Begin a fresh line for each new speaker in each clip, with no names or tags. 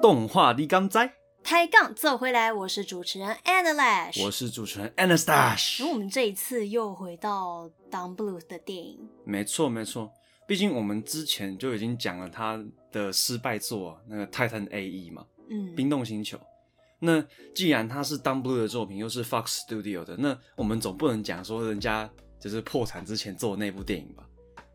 动画你刚哉，
抬杠走回来，我是主持人 Analash。
我是主持人 Anastash
然后。我们这一次又回到 Don Bluth 的电影，
没错没错，毕竟我们之前就已经讲了他的失败作、那个《Titan A.E.》嘛，《
嗯，
冰冻星球》。那既然它是 Don Bluth 的作品，又是 Fox Studio 的，那我们总不能讲说人家就是破产之前做的那部电影吧？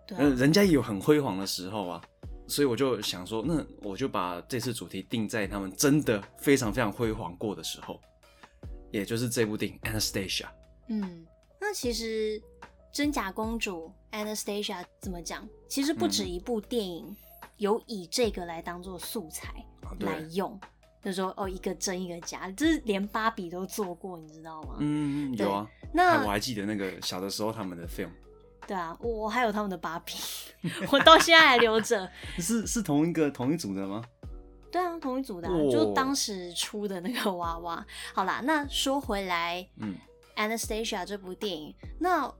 对啊、
那人家也有很辉煌的时候啊，所以我就想说，那我就把这次主题定在他们真的非常非常辉煌过的时候，也就是这部电影《Anastasia》。
嗯，那其实真假公主 Anastasia 怎么讲？其实不止
嗯
一部电影有以这个来当做素材
啊对
来用，就说哦一个真一个假，这是连芭比都做过，你知道吗？
嗯，有啊，还我
那
还记得那个小的时候他们的 film
对啊，我我还有他们的芭比， 我到现在还留着。
是是同一个同一组的吗？
对啊，同一组的啊、
哦
就当时出的那个娃娃。好啦，那说回来，
嗯，
Anastasia 这部电影，那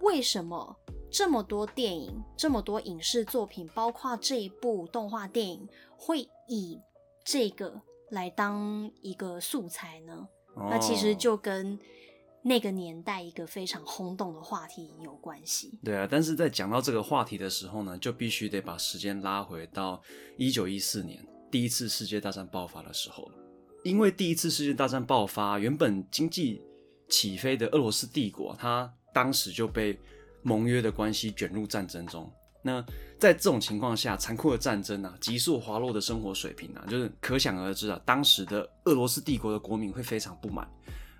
为什么这么多电影、这么多影视作品，包括这一部动画电影，会以这个来当一个素材呢？那其实
哦
就跟那个年代一个非常轰动的话题有关系。
对啊，但是在讲到这个话题的时候呢，就必须得把时间拉回到一九一四年第一次世界大战爆发的时候了。因为第一次世界大战爆发，原本经济起飞的俄罗斯帝国，它当时就被盟约的关系卷入战争中。那在这种情况下，残酷的战争啊，急速滑落的生活水平啊，就是可想而知啊，当时的俄罗斯帝国的国民会非常不满。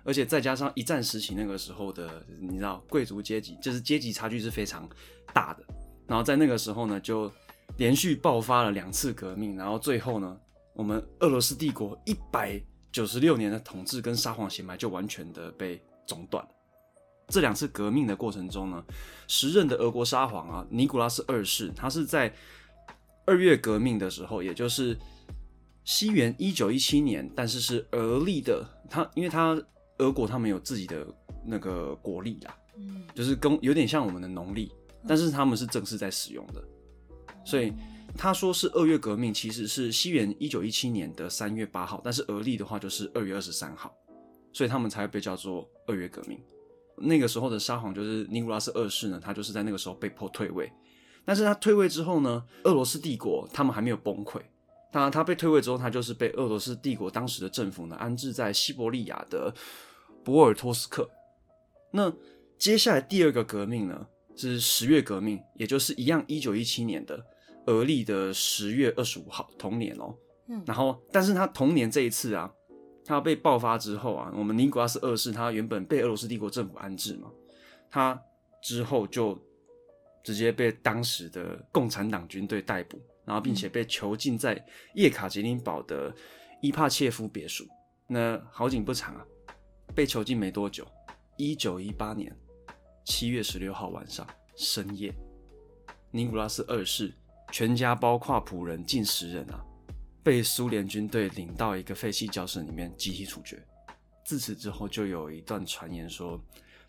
而且再加上一战时期那个时候的，你知道贵族阶级就是阶级差距是非常大的。然后在那个时候呢，就连续爆发了两次革命，然后最后呢，我们俄罗斯帝国一百九十六年的统治跟沙皇血脉就完全的被中断了。这两次革命的过程中呢，时任的俄国沙皇啊，尼古拉斯二世，他是在二月革命的时候，也就是西元一九一七年，但是是俄历的，他因为他俄国他们有自己的那个国历啦，
嗯，
就是跟有点像我们的农历，但是他们是正式在使用的，所以他说是二月革命，其实是西元一九一七年的三月八号，但是俄历的话就是二月二十三号，所以他们才会被叫做二月革命。那个时候的沙皇就是尼古拉斯二世呢，他就是在那个时候被迫退位。但是他退位之后呢，俄罗斯帝国他们还没有崩溃。那他被退位之后，他就是被俄罗斯帝国当时的政府呢安置在西伯利亚的博尔托斯克。那接下来第二个革命呢是十月革命，也就是一样一九一七年的俄历的十月二十五号，同年哦。
嗯
然后，但是他同年这一次啊，他被爆发之后啊，我们尼古拉斯二世他原本被俄罗斯帝国政府安置嘛，他之后就直接被当时的共产党军队逮捕，然后并且被囚禁在叶卡捷琳堡的伊帕切夫别墅。那好景不长啊，被囚禁没多久，一九一八年七月十六号晚上深夜，尼古拉斯二世全家包括仆人近十人啊，被苏联军队领到一个废弃教室里面集体处决。自此之后，就有一段传言说，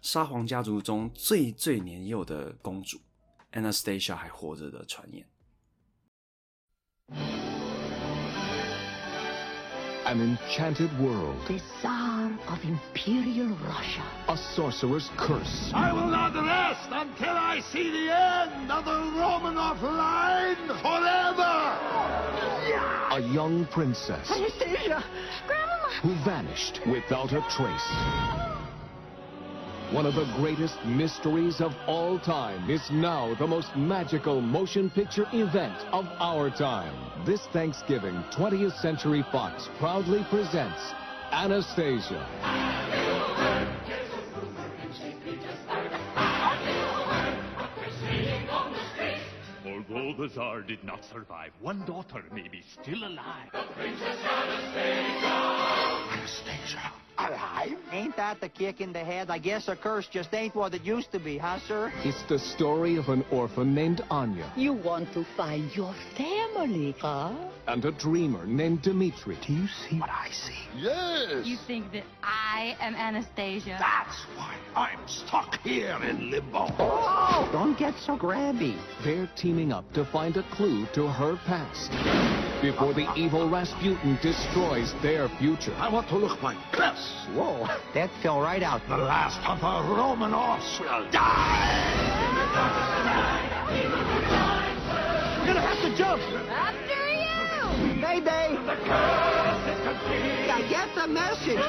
沙皇家族中最最年幼的公主 Anastasia 还活着的传言。
An enchanted world.
The Tsar of Imperial Russia.
A sorcerer's curse.
I will not rest until I see the end of the Romanov line forever!
A young princess
Anastasia! Grandma!
who vanished without a trace. One of the greatest mysteries of all time is now the most magical motion picture event of our time. This Thanksgiving, 20th Century Fox proudly presents Anastasia.
Although the Tsar did not survive, one daughter may be still alive. The Princess Anastasia! Anastasia! alive?
Ain't that the kick in the head? I guess a curse just ain't what it used to be, huh, sir?
It's the story of an orphan named Anya
You want to find your family, huh?
and a dreamer named Dimitri.
Do you see what I see?
Yes.
You think that I am Anastasia?
That's why I'm stuck here in limbo.
Oh, don't get so grabby.
They're teaming up to find a clue to her past before the evil Rasputin destroys their future.
I want to look my best.
Whoa, that fell right out.
The last of the Romanovs will die.
We're gonna have to jump.
After you!
Mayday. I get the message.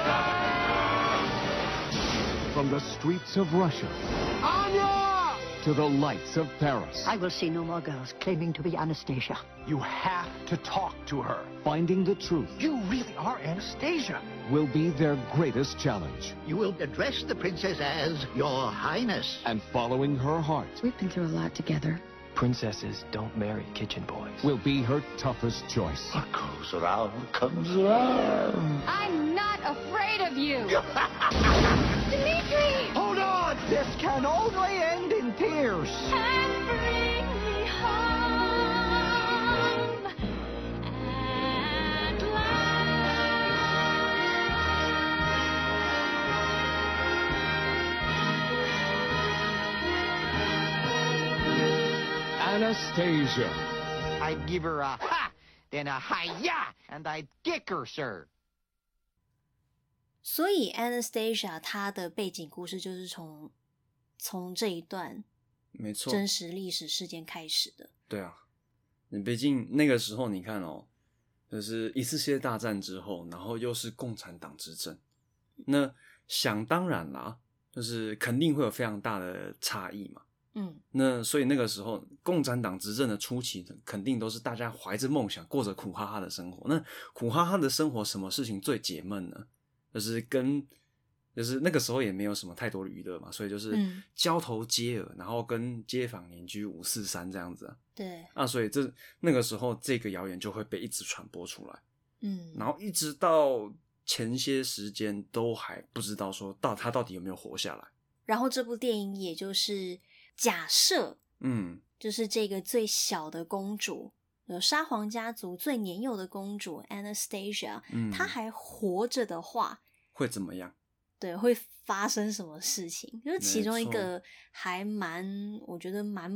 From the streets of Russia
Anya!
to the lights of Paris,
I will see no more girls claiming to be Anastasia.
You have to talk to her.
finding the truth
You really are Anastasia.
will be their greatest challenge.
You will address the princess as Your Highness.
And following her heart
We've been through a lot together.
Princesses don't marry kitchen boys.
will be her toughest choice.
What goes around comes around.
I'm not afraid of you! Dimitri!
Hold on! This can only end in tears.
And bring me home at last.
Anastasia.
I'd give her a ha, then a hi-ya, and I'd kick her, sir.
所以 Anastasia 她的背景故事就是从从这一段
没错，
真实历史事件开始的。
对啊，你毕竟那个时候，你看哦，就是一次世界大战之后，然后又是共产党执政，那想当然啦，就是肯定会有非常大的差异嘛。
嗯，
那所以那个时候，共产党执政的初期，肯定都是大家怀着梦想，过着苦哈哈的生活。那苦哈哈的生活，什么事情最解闷呢？就是跟，就是那个时候也没有什么太多的娱乐嘛，所以就是
嗯
交头接耳，然后跟街坊邻居五四三这样子啊。
对，
那所以这那个时候，这个谣言就会被一直传播出来，
嗯，
然后一直到前些时间都还不知道说到他到底有没有活下来。
然后这部电影也就是假设，
嗯，
就是这个最小的公主，有沙皇家族最年幼的公主 Anastasia，、
嗯
她还活着的话，
会怎么样？
对，会发生什么事情？就是其中一
没错
个还蛮，我觉得蛮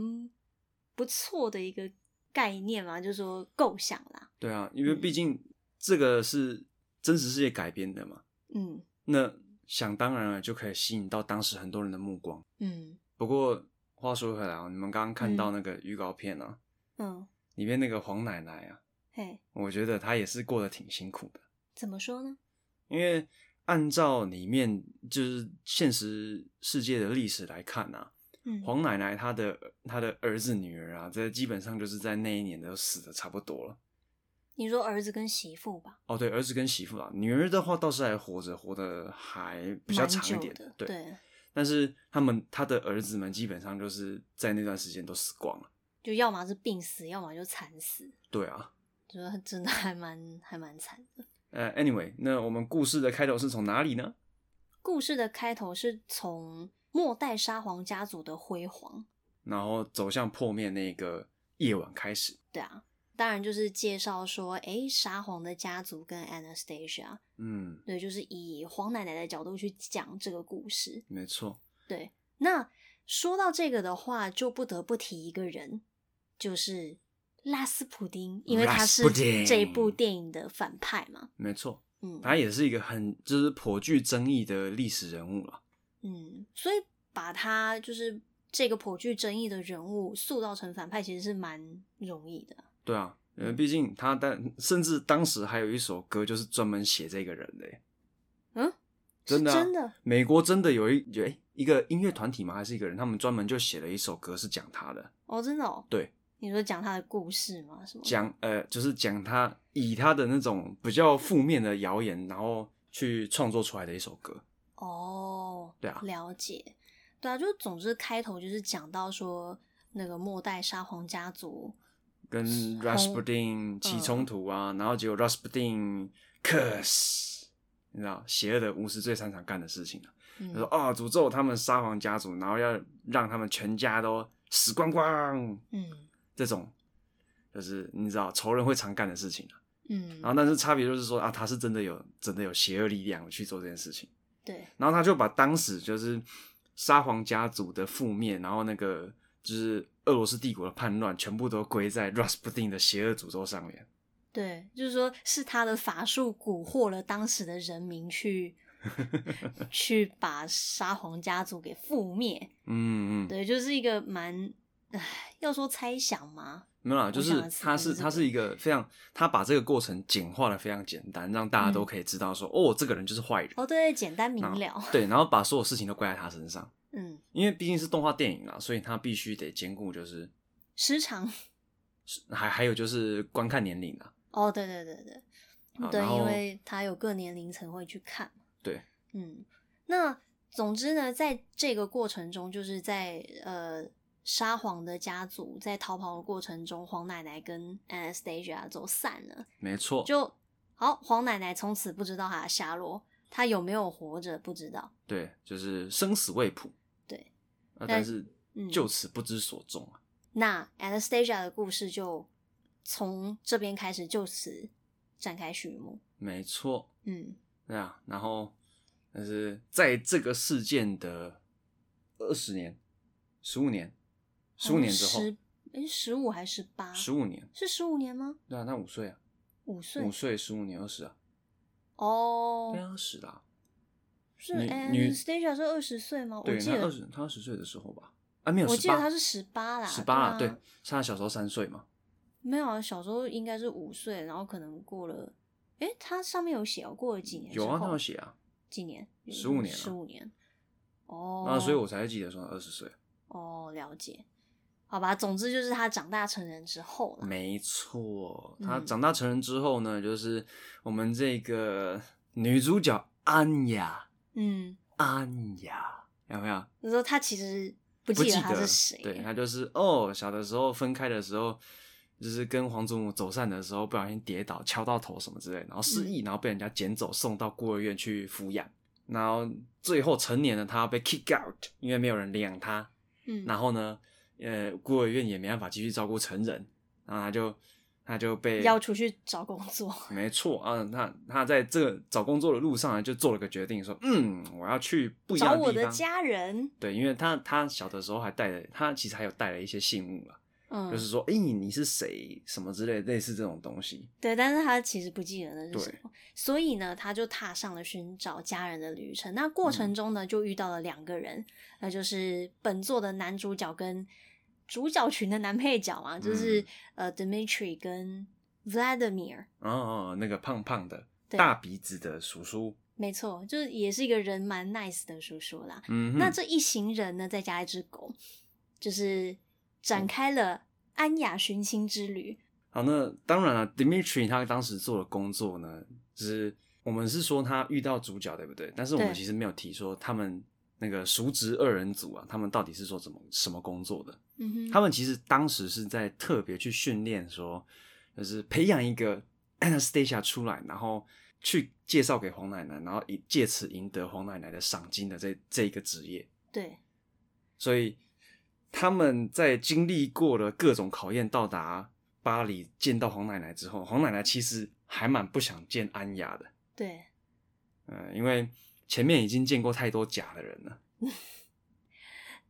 不错的一个概念嘛，就是说构想啦，
对啊，因为毕竟这个是真实世界改编的嘛，
嗯
那想当然了就可以吸引到当时很多人的目光。
嗯
不过话说回来啊，你们刚刚看到那个预告片啊，
嗯，
里面那个黄奶奶啊，
嘿，
我觉得她也是过得挺辛苦的，
怎么说呢？
因为按照里面就是现实世界的历史来看啊，
嗯，
黄奶奶她的她的儿子女儿啊，这基本上就是在那一年都死的差不多了。
你说儿子跟媳妇吧，
哦，对，儿子跟媳妇啊，女儿的话倒是还活着，活得还比较
蛮
长一
久
点，
的，
对。
对，
但是他们他的儿子们基本上就是在那段时间都死光了，
就要么是病死，要么就惨死，
对啊。
就是真的还蛮还蛮惨的。
呃，anyway，那我们故事的开头是从哪里呢？
故事的开头是从末代沙皇家族的辉煌，
然后走向破灭那个夜晚开始，
对啊，当然就是介绍说，诶，沙皇的家族跟 Anastasia，
嗯，
对，就是以黄奶奶的角度去讲这个故事。
没错，
对，那说到这个的话，就不得不提一个人，就是拉斯普丁，因为他是
拉斯普丁哎
这部电影的反派嘛。
没错，
嗯
他也是一个很就是颇具争议的历史人物了，
嗯，所以把他就是这个颇具争议的人物塑造成反派，其实是蛮容易的。
对啊，呃，毕竟他但甚至当时还有一首歌就是专门写这个人的耶，
嗯，
真的、啊
是真的，
美国真的有一有诶一个音乐团体吗？还是一个人？他们专门就写了一首歌是讲他的，
哦，真的哦。
对，
你说讲他的故事吗？什么？
讲呃，就是讲他以他的那种比较负面的谣言，然后去创作出来的一首歌。
哦，
对啊
了解，对啊，就总之开头就是讲到说那个末代沙皇家族，
跟 Rasputin 起冲突啊，然后结果 Rasputin curse，你知道，邪恶的巫师最擅长干的事情了。
嗯
他说：“哦，诅咒他们沙皇家族，然后要让他们全家都死光光。”
嗯
这种就是你知道仇人会常干的事情啊。
嗯，
然后但是差别就是说啊，他是真的有真的有邪恶力量去做这件事情。
对，
然后他就把当时就是沙皇家族的覆灭，然后那个就是俄罗斯帝国的叛乱，全部都归在 Rasputin 的邪恶诅咒上面。
对，就是说是他的法术蛊惑了当时的人 民去去把沙皇家族给覆灭。
嗯嗯，
对，就是一个蛮，唉，要说猜想吗？
没有啦，就
我
是
想的是
他是
这个
他是一个非常，他把这个过程简化的非常简单，让大家都可以知道说，哦，这个人就是坏人。
嗯哦，对，简单明
然后
了。
对，然后把所有事情都怪在他身上，
嗯，
因为毕竟是动画电影啦，所以他必须得兼顾就是
时长。
还还有就是观看年龄啊，
哦，对对对对，
好
对，
然
因
后
为他有各年龄层会去看。
对，
嗯，那总之呢，在这个过程中，就是在呃沙皇的家族在逃跑的过程中，黄奶奶跟 Anastasia 走散了，
没错，
就好。黄奶奶从此不知道她的下落，她有没有活着不知道。
对，就是生死未卜，
对，
啊，
但
但是
嗯
就此不知所踪啊，
那 Anastasia 的故事就从这边开始，就此展开序幕。
没错，
嗯，
对啊，然后但是在这个事件的二十年、十五年、十五年之后，
哦十诶十五还是八？
十五年，
是十五年吗？
对啊，那五岁啊，
五岁
五岁十五年二十啊，
哦
对，啊，二十啦，
是
女
a
女
s t a s i a 是二十岁哦吗？我
对，
记
他
得
二十，他二十岁的时候吧，啊，没有，
我记得
18
他是十八啦，
十八啦，
对
对，
啊
是他小时候三岁嘛，
没有啊，小时候应该是五岁，然后可能过了，诶，他上面有写哦，过了几年之
有啊，他
后
有写啊，
几年，
15年啊
十五年，哦，
啊，所以我才记得说二十岁，
哦了解，好吧，总之就是他长大成人之后啦，
没错，他
嗯
长大成人之后呢，就是我们这个女主角安雅，
嗯，
安雅有没有？
你说他其实不
不
记
记
得他是谁，
对他就是哦，小的时候分开的时候，就是跟皇祖母走散的时候，不小心跌倒，敲到头什么之类，然后失
嗯
忆，然后被人家捡走，送到孤儿院去抚养。然后最后成年了，他被 kick out，因为没有人领养他。
嗯，
然后呢，呃，孤儿院也没办法继续照顾成人，然后他就他就被
要出去找工作，
没错啊，那他在这个找工作的路上呢，就做了个决定，说，嗯，我要去不一
找
样
我
地
的
方。
家人，
对，因为他他小的时候还带了，他其实还有带了一些信物啦，
嗯，
就是说，诶，你是谁，什么之类，类似这种东西。
对，但是他其实不记得那是
对
什么，所以呢，他就踏上了寻找家人的旅程。那过
嗯
程中呢，就遇到了两个人，那就是本作的男主角跟主角群的男配角嘛，就是、
嗯
呃，Dmitry 跟 Vladimir，
哦哦，那个胖胖的
对
大鼻子的叔叔，
没错，就是也是一个人蛮 nice 的叔叔啦。
嗯哼，
那这一行人呢，再加一只狗，就是
嗯
展开了安雅寻亲之旅。
好，那当然了，Dimitri 他当时做的工作呢，就是我们是说他遇到主角对不对？但是我们
对
其实没有提说他们那个熟职二人组啊，他们到底是做怎么什么工作的？
嗯哼，
他们其实当时是在特别去训练说，就是培养一个 Anastasia 出来，然后去介绍给黄奶奶，然后以借此赢得黄奶奶的赏金的这这一个职业。
对，
所以他们在经历过了各种考验，到达巴黎见到黄奶奶之后，黄奶奶其实还蛮不想见安雅的，
对，
嗯、因为前面已经见过太多假的人了。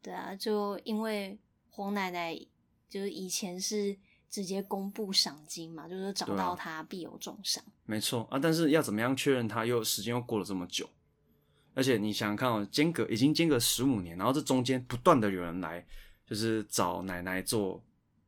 对啊，就因为黄奶奶就是以前是直接公布赏金嘛，就是找
对啊
到他必有重赏。
没错啊，但是要怎么样确认他又时间又过了这么久？而且你想想看哦，间隔已经间隔十五年，然后这中间不断的有人来，就是找奶奶做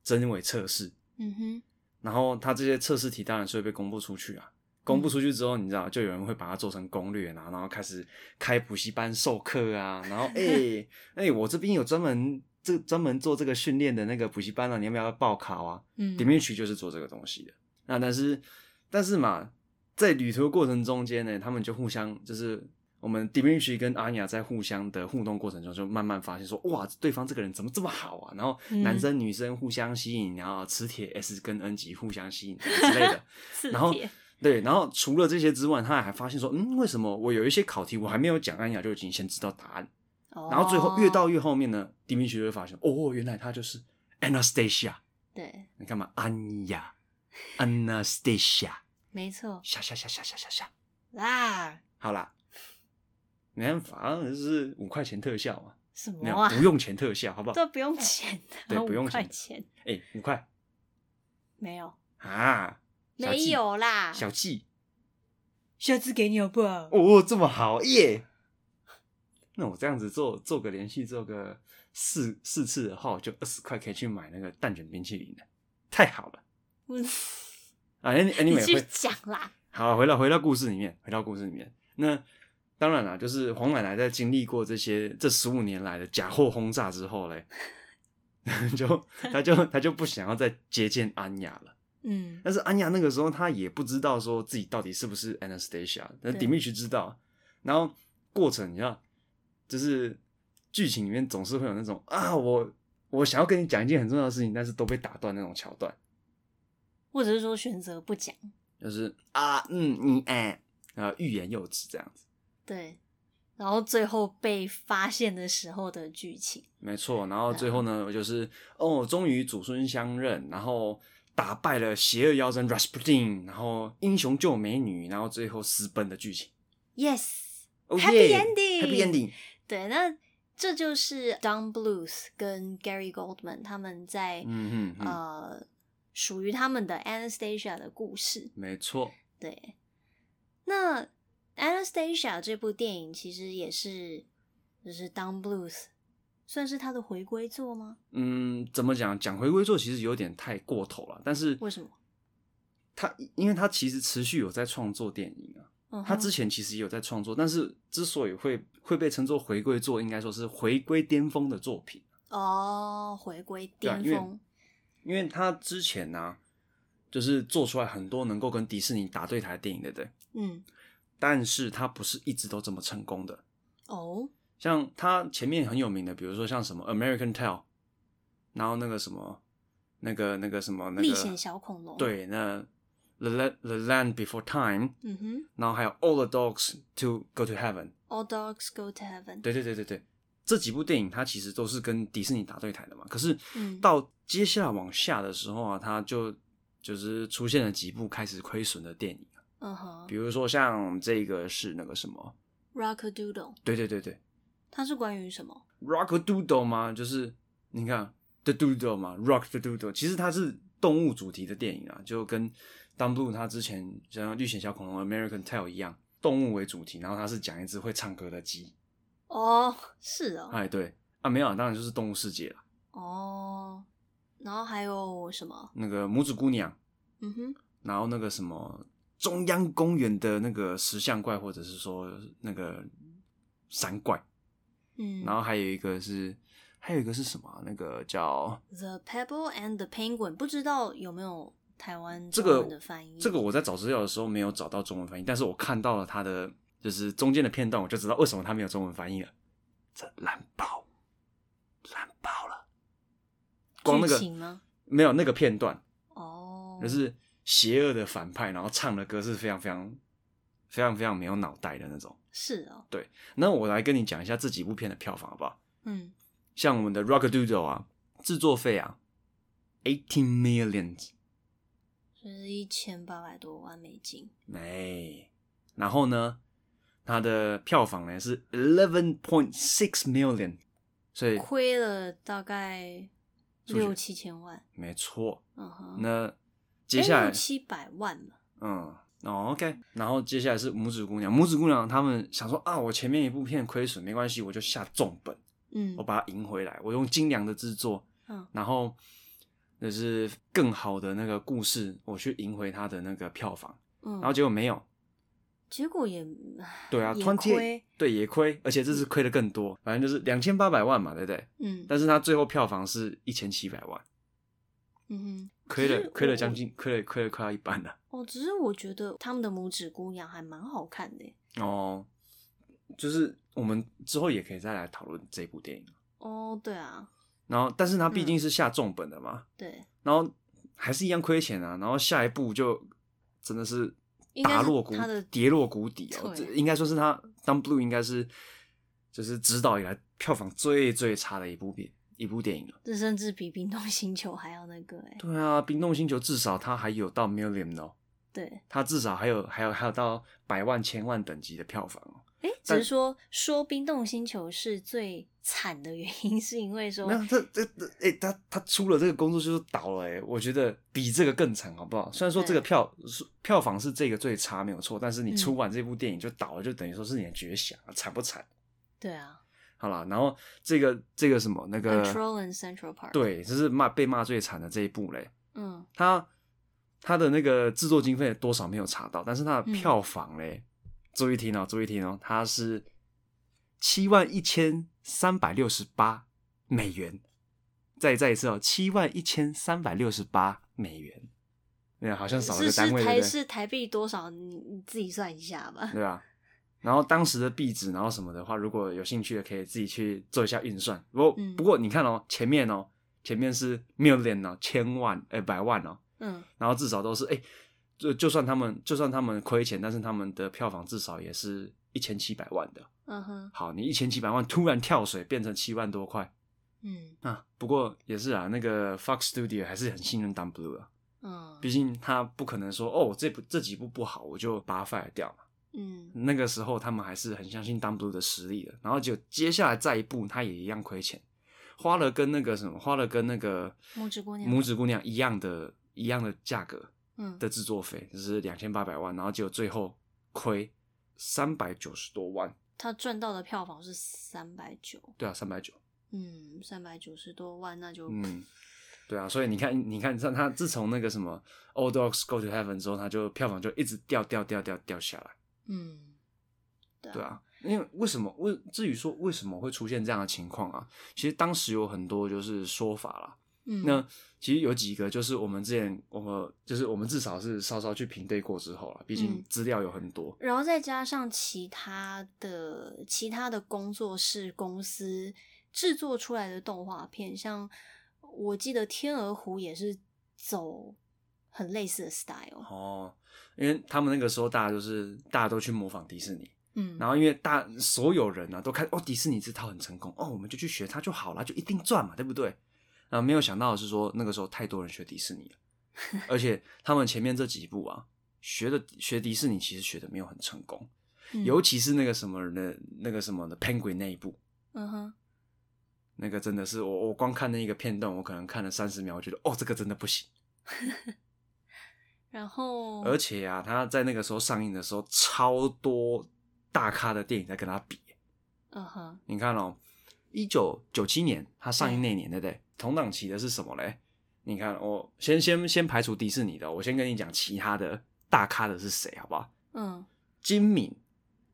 真伪测试，
嗯哼，
然后他这些测试题当然是会被公布出去啊。公布出去之后，你知道，就有人会把它做成攻略啊，然后开始开补习班授课啊，然后哎哎、我这边有专门这专门做这个训练的那个补习班啊，你要不要报考啊？
嗯
里面区就是做这个东西的。那但是但是嘛，在旅途的过程中间呢，他们就互相就是我们 Dimitri 跟阿尼亚在互相的互动过程中，就慢慢发现说，哇，对方这个人怎么这么好啊？然后男生女生互相吸引，然后磁铁 S 跟 N 级互相吸引之类的。
刺
然后
铁
对，然后除了这些之外，他还发现说，嗯，为什么我有一些考题我还没有讲，安雅就已经先知道答案？然后最后越到
哦
越后面呢，迪米奇就会发现，哦，原来他就是 Anastasia。
对，
你干嘛？安雅，Anastasia，
没错
下下下下下下下，
啊，
好啦，没办法，就是五块钱特效嘛，
什
没
么
有
啊？
不用钱特效， 好不好？
这不用钱的，
对不用
五块
钱
钱，
哎、五块
没有，
啊，小
没
季
有啦，
小季，
下次给你好不好？
哦，这么好耶！那我这样子做做个连续做个四四次的话，我就二十块可以去买那个蛋卷冰淇淋了，太好了
嗯
啊！Any
你
anyway，
去
会
讲啦，
好，回到回到故事里面，回到故事里面。那当然啦，就是黄奶奶在经历过这些这十五年来的假货轰炸之后嘞， 就她就她就不想要再接见安雅了。
嗯，
但是安雅那个时候她也不知道说自己到底是不是 Anastasia，但
对
Dimitri 知道。然后过程你知道，就是剧情里面总是会有那种啊，我我想要跟你讲一件很重要的事情，但是都被打断那种桥段。
或者是说选择不讲，
就是啊，嗯，你哎，啊，欲言又止这样子，
对，然后最后被发现的时候的剧情，
没错。然
啊
后最后呢，我就是哦，终于祖孙相认，然后打败了邪恶妖僧 Rasputin，然后英雄救美女，然后最后私奔的剧情。
yes，
哦
Happy
耶
ending
Happy ending，
对，那这就是 Don Bluth 跟 Gary Goldman 他们在、
嗯嗯嗯，
呃属于他们的 Anastasia 的故事，
没错，
对，那《Anastasia》这部电影其实也是，就是 Don Bluth 算是他的回归作吗？
嗯，怎么讲？讲回归作其实有点太过头了，但是
为什么？
他因为他其实持续有在创作电影啊，
嗯哼，
他之前其实也有在创作，但是之所以会会被称作回归作，应该说是回归巅峰的作品。
哦，回归
对啊
巅
因为
峰，
因为他之前呢、啊就是做出来很多能够跟迪士尼打对台的电影，对不对？
嗯，
但是他不是一直都这么成功的。
哦，
像他前面很有名的，比如说像什么《American Tale》，然后那个什么，那个那个什么，那个
历险小恐龙
对，那 The Land The Land Before Time，
嗯哼
然后还有 All the Dogs to Go to Heaven，
，All dogs go to heaven，
对对对对对，这几部电影它其实都是跟迪士尼打对台的嘛。可是
嗯
到接下来往下的时候啊，它就就是出现了几部开始亏损的电影，啊
嗯哼
比如说像这个是那个什么，
，Rock a Doodle，
对对对对
它是关于什么？
，Rock a Doodle 嘛，就是你看 The Doodle 嘛，Rock the Doodle，其实它是动物主题的电影啊，就跟 Don Blue 他之前像《绿险小恐龙》American Tale 一样，动物为主题，然后它是讲一只会唱歌的鸡，
哦，是哦，
哎对啊，没有啊，当然就是动物世界了，
哦，然后还有什么？
那个拇指姑娘。
嗯哼，
然后那个什么中央公园的那个石像怪，或者是说那个山怪，
嗯，
然后还有一个是，还有一个是什么啊、那个叫
The Pebble and the Penguin，不知道有没有台湾
这
中文
个
的翻译？
这个我在找资料的时候没有找到中文翻译，但是我看到了它的就是中间的片段，我就知道为什么它没有中文翻译了。这烂爆，烂爆了！光那
剧
个
情吗？
没有那个片段，
哦，
就是邪恶的反派，然后唱的歌是非常非常非常非常没有脑袋的那种。
是哦，
那我来跟你讲一下这几部片的票房好不好？
嗯，
像我们的《Rock Doodle》啊，制作费啊，eighteen million，
就是一千八百多万美金，
哎，然后呢，它的票房呢是 eleven point six million，所以
亏了大概
数学
六七千万，
没错。
嗯哼，哎
那接下来，
七百万嘛，
嗯。哦、o k 然后接下来是拇指姑娘，拇指姑娘他们想说啊，我前面一部片亏损没关系，我就下重本，
嗯
我把它赢回来，我用精良的制作，
嗯
然后就是更好的那个故事，我去赢回它的那个票房，
嗯，
然后结果没有，
结果也
对啊，
也
突
亏，
对也亏，而且这次亏的更多，反正就是两千八百万嘛，对不对？
嗯
但是它最后票房是一千七百万，
嗯哼，
亏
其实
了
我
亏了将近亏了亏了快要一半了
哦，只是我觉得他们的拇指姑娘还蛮好看的耶，
哦，就是我们之后也可以再来讨论这部电影，
哦，对啊，
然后但是它毕
嗯
竟是下重本的嘛，
对，
然后还是一样亏钱啊，然后下一步就真的是
应该
打
是
落谷
他的
跌落谷底哦，这
对
应该说是他当 Blue 应该是就是指导以来票房最最差的一部片一部电影了。
这甚至比《冰冻星球》还要那个哎、
对啊，《冰冻星球》至少它还有到 million 哦，
对，
它至少还有还有还有到百万千万等级的票房哦。
哎，只是说说《冰冻星球》是最惨的原因，是因为说
没有，这这这，哎、他他出了这个工作就是倒了、哎，我觉得比这个更惨，好不好？虽然说这个
对
票是票房是这个最差没有错，但是你
嗯
出完这部电影就倒了，就等于说是你的绝响，惨不惨？
对啊
好啦，然后这个这个什么那个
，Control and Central Park，，
对，就是骂被骂最惨的这一部嘞，
嗯，
他他的那个制作经费多少没有查到，但是他的
嗯
票房嘞，注意听哦，注意听哦，它是七万一千三百六十八美元。再再一次哦，七万一千三百六十八美元，那好像少了
是
个单
是
位，对
台
不对？
是台币多少？你你自己算一下吧。
对啊。然后当时的币值，然后什么的话，如果有兴趣的，可以自己去做一下运算。不过、
嗯
不过你看哦，前面哦，前面是 million 哦，千万呃百万哦，
嗯，
然后至少都是哎、就就算他们就算他们亏钱，但是他们的票房至少也是一千七百万的。
嗯哼，
好，你一千七百万突然跳水变成七万多块
嗯
啊！不过也是啊，那个 Fox Studio 还是很信任 Dan Blue 啊，
嗯
毕竟他不可能说哦这部这几部不好我就把它 fire 掉嘛。
嗯
那个时候他们还是很相信 Dan Blue 的实力的，然后就接下来再一步，他也一样亏钱，花了跟那个什么，花了跟那个
拇指姑娘
拇指姑娘一样的一样的价格
嗯，
的制作费，就是两千八百万，然后结果最后亏三百九十多万，
他赚到的票房是三百九，
对啊，三百九，
嗯，三百九十多万，那就
嗯，对啊，所以你看，你看，像他自从那个什么 Old Dogs Go to Heaven 之后，他就票房就一直掉掉掉掉掉下来。
嗯，
对啊，因为为什么为至于说为什么会出现这样的情况啊？其实当时有很多就是说法啦。
嗯，
那其实有几个就是我们之前我们就是我们至少是稍稍去评对过之后啦，毕竟
嗯
资料有很多。
然后再加上其他的其他的工作室公司制作出来的动画片，像我记得《天鹅湖》也是走很类似的 style，
哦，因为他们那个时候大家就是大家都去模仿迪士尼，
嗯
然后因为大所有人呢、啊、都看哦，迪士尼这套很成功哦，我们就去学它就好了，就一定赚嘛，对不对？然后没有想到的是说那个时候太多人学迪士 尼了，而且他们前面这几部啊，学的学迪士尼其实学的没有很成功，
嗯
尤其是那个什么的那个什么的 Penguin 那一部，
嗯哼，
那个真的是我我光看那一个片段，我可能看了三十秒，我觉得哦这个真的不行。
然后
而且啊，他在那个时候上映的时候，超多大咖的电影在跟他比。
嗯哼，
你看哦，一九九七年它上映那年，对不对？同档期的是什么嘞？你看，我先先先排除迪士尼的哦，我先跟你讲其他的大咖的是谁，好不好？
嗯
金敏，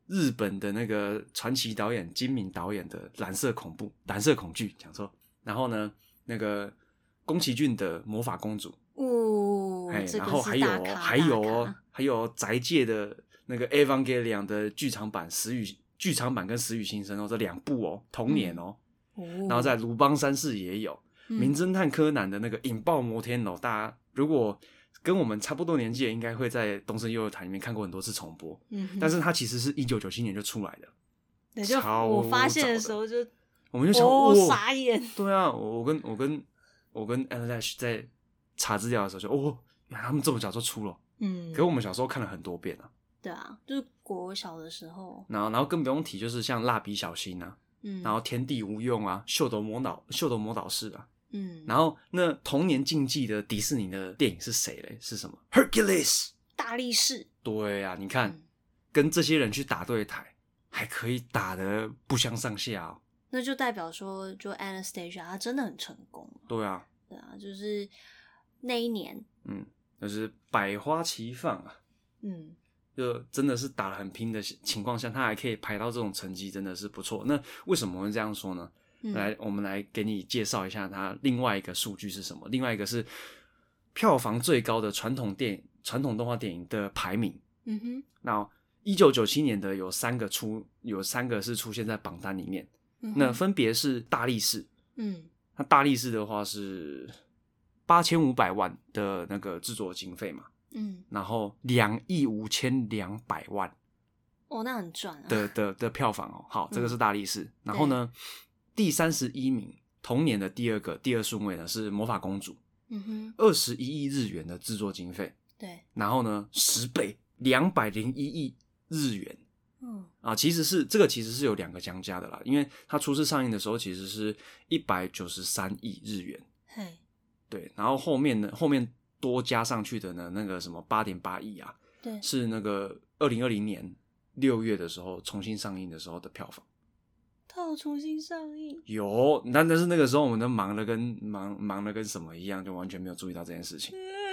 日本的那个传奇导演金敏导演的《蓝色恐怖》《蓝色恐惧》，讲错。然后呢，那个宫崎骏的《魔法公主》
哦
哎，，
这
然
个
后
是
还有
大
哦
咖
还有
大
哦
咖，
还有哦宅界的那个《Evangelion》的剧场版《死与剧场版》跟《死与新生》哦，这两部哦，同年哦，
哦嗯
然后在鲁邦三世也有《名侦探柯南》的那个引爆摩天楼，大家如果跟我们差不多年纪的，应该会在东森幼儿堂里面看过很多次重播。
嗯哼，
但是它其实是一九九七年就出来的，
对就
超
我发现
早
的
的
时候就
我们就想，
哦
哇
傻眼
对啊，我我跟我跟我跟 a l a s h 在查资料的时候就哦，原来他们这么早就出了。
嗯
可，是我们小时候看了很多遍啊，
对啊，就是国小的时候，
然后然后更不用提就是像蜡笔小新啊，
嗯，
然后天地无用啊，秀逗魔导秀逗魔导士啊，
嗯，
然后那同年竞技的迪士尼的电影是谁嘞？是什么？Hercules。
大力士，
对啊，你看、
嗯
跟这些人去打对台，还可以打得不相上下哦。
那就代表说，就 Anastasia 她真的很成功，
对啊，
对啊，就是那一年，
嗯，就是百花齐放啊，
嗯
就真的是打得很拼的情况下，他还可以排到这种成绩，真的是不错。那为什么会这样说呢？
嗯，
来，我们来给你介绍一下它另外一个数据是什么。另外一个是票房最高的传统电传统动画电影的排名。
嗯哼，
那一九九七年的有三个出，有三个是出现在榜单里面，
嗯哼
那分别是大力士。
嗯
那大力士的话是八千五百万的那个制作经费嘛，
嗯，
然后两亿五千两百万
哦，那很赚啊。
的的的票房哦。好，这个
嗯
是大力士。然后呢，第三十一名，同年的第二个第二顺位呢是《魔法公主》，
嗯哼，
二十一亿日元的制作经费，
对，
然后呢十倍两百零一亿日元
嗯
啊，其实是这个其实是有两个相加的啦，因为它初次上映的时候其实是一百九十三亿日元，
嘿，
对，然后后面呢后面多加上去的呢那个什么八点八亿啊，
对，
是那个二零二零年六月的时候重新上映的时候的票房。
它要重新上映。
有，但但是那个时候我们都忙的跟忙忙的跟什么一样，就完全没有注意到这件事情。
嗯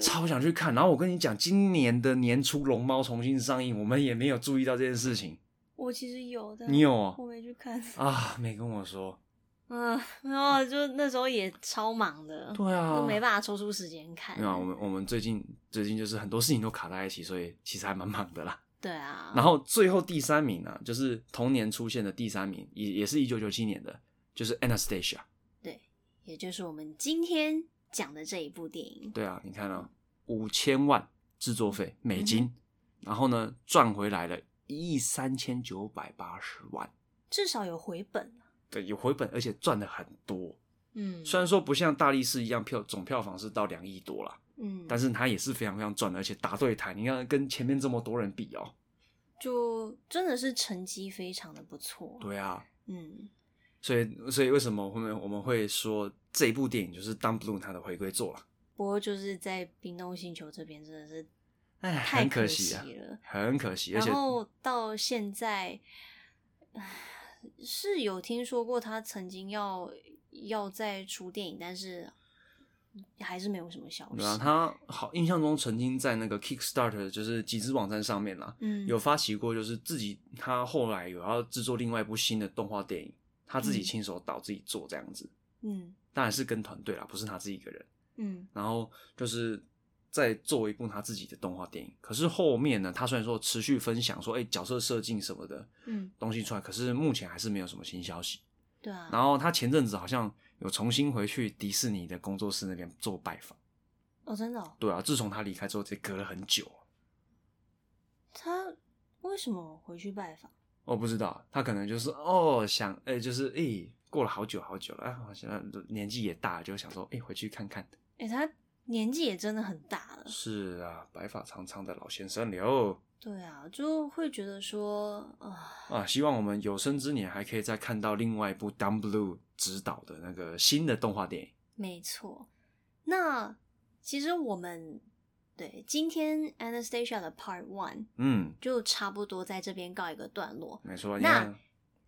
超想去看。然后我跟你讲，今年的年初《龙猫》重新上映，我们也没有注意到这件事情
我其实有的，
你有哦
我没去看。
啊，没跟我说。
嗯，然后就那时候也超忙的，
对啊，
都没办法抽出时间看。
没有啊，我们我们最近最近就是很多事情都卡在一起，所以其实还蛮忙的啦。
对啊，
然后最后第三名呢、啊就是同年出现的第三名，也也是一九九七年的，就是 Anastasia。
也就是我们今天讲的这一部电影。
对啊，你看啊，五千万制作费
嗯
美金，然后呢赚回来了一亿三千九百八十万，
至少有回本。
对，有回本，而且赚的很多。
嗯，
虽然说不像大力士一样票总票房是到两亿多啦，
嗯，
但是它也是非常非常赚的，而且打对台，你看跟前面这么多人比哦。
就真的是成绩非常的不错。，
对啊，
嗯，
所以所以为什么我们我们会说这部电影就是 Dan Bloom 他的回归作了？
不过就是在冰冻星球这边真的是
哎，
太
很可
惜
惜啊，很可惜，而
然
且
后到现在，唉是有听说过他曾经要要再出电影，但是还哦是没有什么消息。
对啊，他好印象中曾经在那个 Kickstarter 就是集资网站上面啦，
嗯
有发起过，就是自己他后来有要制作另外一部新的动画电影，他自己
嗯
亲手导自己做这样子，
嗯
当然是跟团队啦，不是他自己一个人。
嗯
然后就是再做一部他自己的动画电影。可是后面呢，他虽然说持续分享说，哎、角色设计什么的
嗯，
东西出来，可是目前还是没有什么新消息。
对啊。
然后他前阵子好像有重新回去迪士尼的工作室那边做拜访。
哦，真的、哦，
对啊，自从他离开之后，这隔了很久。啊
他为什么回去拜访？
我哦不知道，他可能就是哦想，哎、就是哎、过了好久好久了，哎，好像年纪也大了，就想说，哎、回去看看。
哎、他年纪也真的很大了。
是啊，白发苍苍的老先生了。
对啊，就会觉得说啊、
啊，希望我们有生之年还可以再看到另外一部 Dumb Blue 执导的那个新的动画电影。
没错。那其实我们对今天 Anastasia 的 Part One
嗯，
就差不多在这边告一个段落。
没错，你
那
看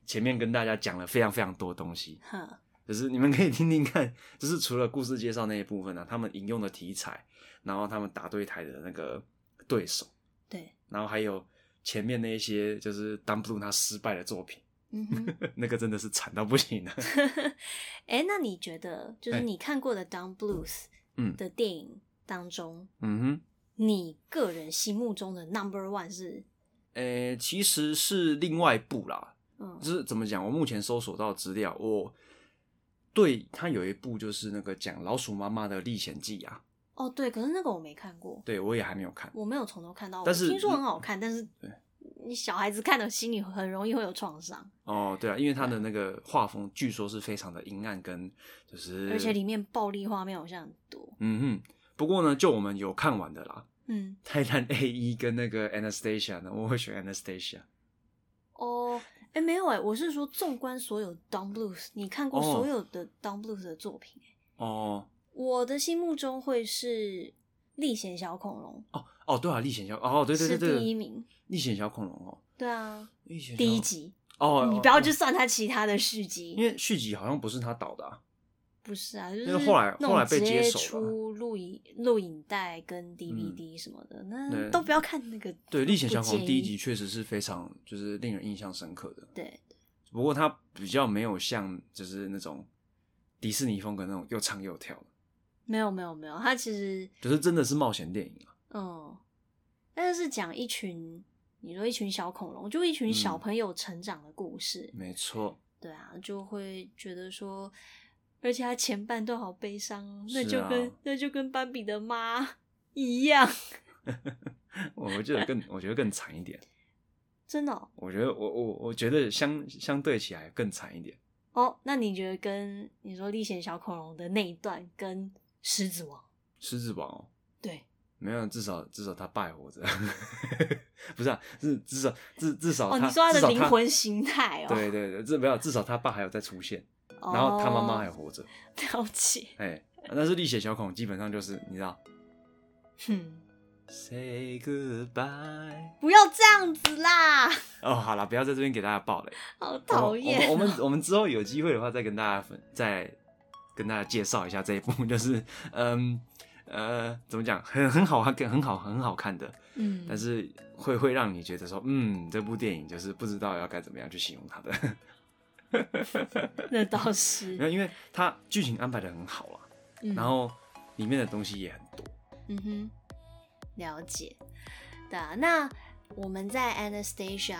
前面跟大家讲了非常非常多东西，
哼，
就是你们可以听听看，就是除了故事介绍那一部分呢、啊他们引用的题材，然后他们打对台的那个对手，
对，
然后还有前面那一些就是 Dumb Blue 他失败的作品，
嗯哼。
那个真的是惨到不行的、啊
哎、那你觉得就是
哎
你看过的 Down Blues
嗯
的电影当中，
嗯哼。
你个人心目中的 Number One 是
诶、其实是另外一部啦，
嗯
就是怎么讲？我目前搜索到的资料，我对它有一部就是那个讲老鼠妈妈的历险记啊，
哦对，可是那个我没看过，
对我也还没有看。
我没有从头看到尾，
但是
听说很好看，但是
对
你小孩子看了心里很容易会有创伤，
哦，对啊，因为它的那个画风据说是非常的阴暗，跟就是
而且里面暴力画面好像很多，
嗯哼。不过呢，就我们有看完的啦，
嗯
《泰坦 A 一》跟那个 Anastasia 呢，我会选 Anastasia。
哦。哎，没有哎、我是说，纵观所有 Down Blues，你看过
哦
所有的 Down Blues 的作品、哎
哦
我的心目中会是《历险小恐龙
哦哦，对啊，历险小哦，对》对对对，
是第一名，
历险小恐龙哦，
对啊，
历险小
第一集，
哦，
你不要
哦
去算他其他的续
因
集，
为续集好像不是他导的、啊，
不是啊，就
因
是
为后来
那
后来
种
被
直
接
接
手了嗯
出录影录影带跟 DVD 什么的，那
对
都不要看那个。
对，《
不
历险小恐龙》
建
第一
议
集，确实是非常就是令人印象深刻的，
对，
不过它比较没有像就是那种迪士尼风格那种又唱又跳的，
没有没有没有，他其实
就是真的是冒险电影啊。
嗯，但是讲一群你说一群小恐龙，就一群小
嗯
朋友成长的故事，
没错，
对啊，就会觉得说。而且他前半段好悲伤哦，那
是
就
啊
跟、那就跟斑比的妈 一样，
我觉得更，我觉得更惨一点。
真的哦。
我觉得我我我觉得相相对起来更惨一点。
哦那你觉得跟你说《历险小恐龙》的那一段跟《狮子王》
狮子王哦，
对
没有，至少至少他败活着， 不是啊，至至少至至少
哦，
他
你说他
至
的
少
灵魂形态哦，
对对对，这没有，至少他爸还有在出现，
哦，
然后他妈妈还活着，
了解，
哎，
哦
但是《历险小恐龙》基本上就是你知道
哼，
，Say goodbye。
不要这样子啦，
哦，好了，不要在这边给大家爆雷。
好讨厌哦、
我们我们我们之后有机会的话，再跟大家分，再跟大家介绍一下这一部， 就是嗯呃，怎么讲，很很好看，很好很好看的，
嗯，
但是会会让你觉得说，嗯，这部电影就是不知道要该怎么样去形容它的。
那倒
没有，
是，
因为它剧情安排的很好啦，
嗯
然后里面的东西也很多。
嗯哼，了解。对啊，那我们在 Anastasia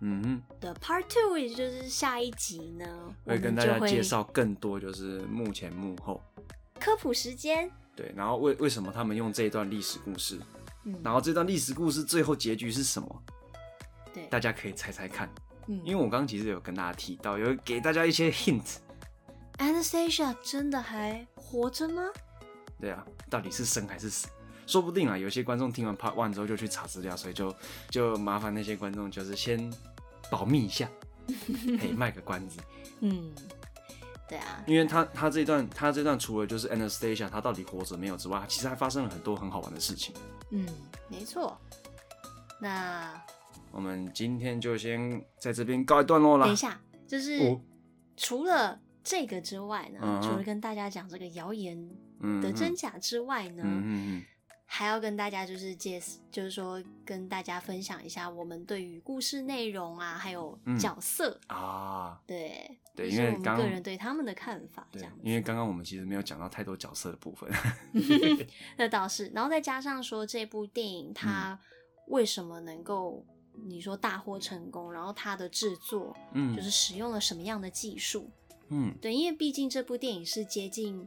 嗯哼，
的 Part Two，也就是下一集呢，我
会
们
跟大
就
家
会
介绍更多，就是幕前幕后。
科普时间。
对，然后为为什么他们用这一段历史故事？
嗯，
然后这段历史故事最后结局是什么？
对，
大家可以猜猜看。
嗯，
因为我刚刚其实有跟大家提到，有给大家一些 hint。
Anastasia 真的还活着吗？
对啊，到底是生还是死？说不定啊，有些观众听完 Part One 之后就去查资料，所以就就麻烦那些观众就是先保密一 下，嘿，卖个关子。
嗯，对啊，
因为他他这段他这段除了就是 Anastasia 他到底活着没有之外，其实还发生了很多很好玩的事情。
嗯，没错。那
我们今天就先在这边告一段落啦。
等一，下，就是、
哦
除了这个之外呢，
嗯哼
除了跟大家讲这个谣言
嗯
的真
嗯
假之外呢，
嗯嗯嗯，
还要跟大家就是介，就是说跟大家分享一下我们对于故事内容啊，还有
嗯
角色，
啊，
对
对
就是
因为
我们
刚
个人对他们的看法这
对
样，
因为
子，
刚刚我们其实没有讲到太多角色的部分。
那倒是，然后再加上说这部电
嗯
影它为什么能够你说大获成功，然后它的制作
嗯，
就是使用了什么样的技术？
嗯，
对，因为毕竟这部电影是接近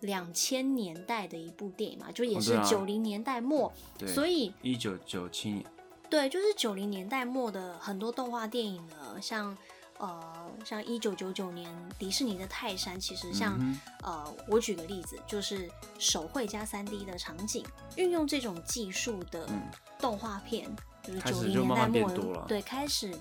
两千年代的一部电影嘛，就也
哦
是
对啊
九零年代末，
对，
所以
一九九七年，
对，就是九零年代末的很多动画电影呢，像呃，像一九九九年迪士尼的《泰山》，其实像、
嗯
呃，我举个例子，就是手绘加三 D 的场景，运用这种技术的
嗯
动画片，就是
开
九
始
零
就
年
慢
代
慢
末
变多了
对，开始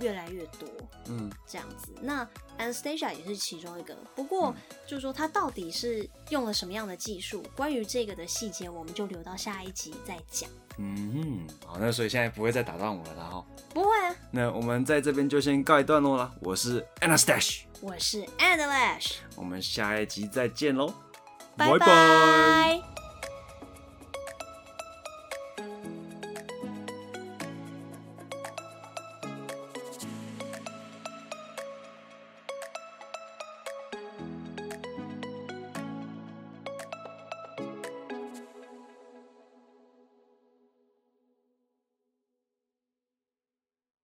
越来越多。
嗯，
这样子。那 Anastasia 也是其中一个，不
嗯
过就是说它到底是用了什么样的技术，关于这个的细节，我们就留到下一集再讲。
嗯，好，那所以现在不会再打断我了啦哈。
不会啊，
那我们在这边就先告一段落啦。我是 Anastash，
我是 Adelash，
我们下一集再见喽，
拜拜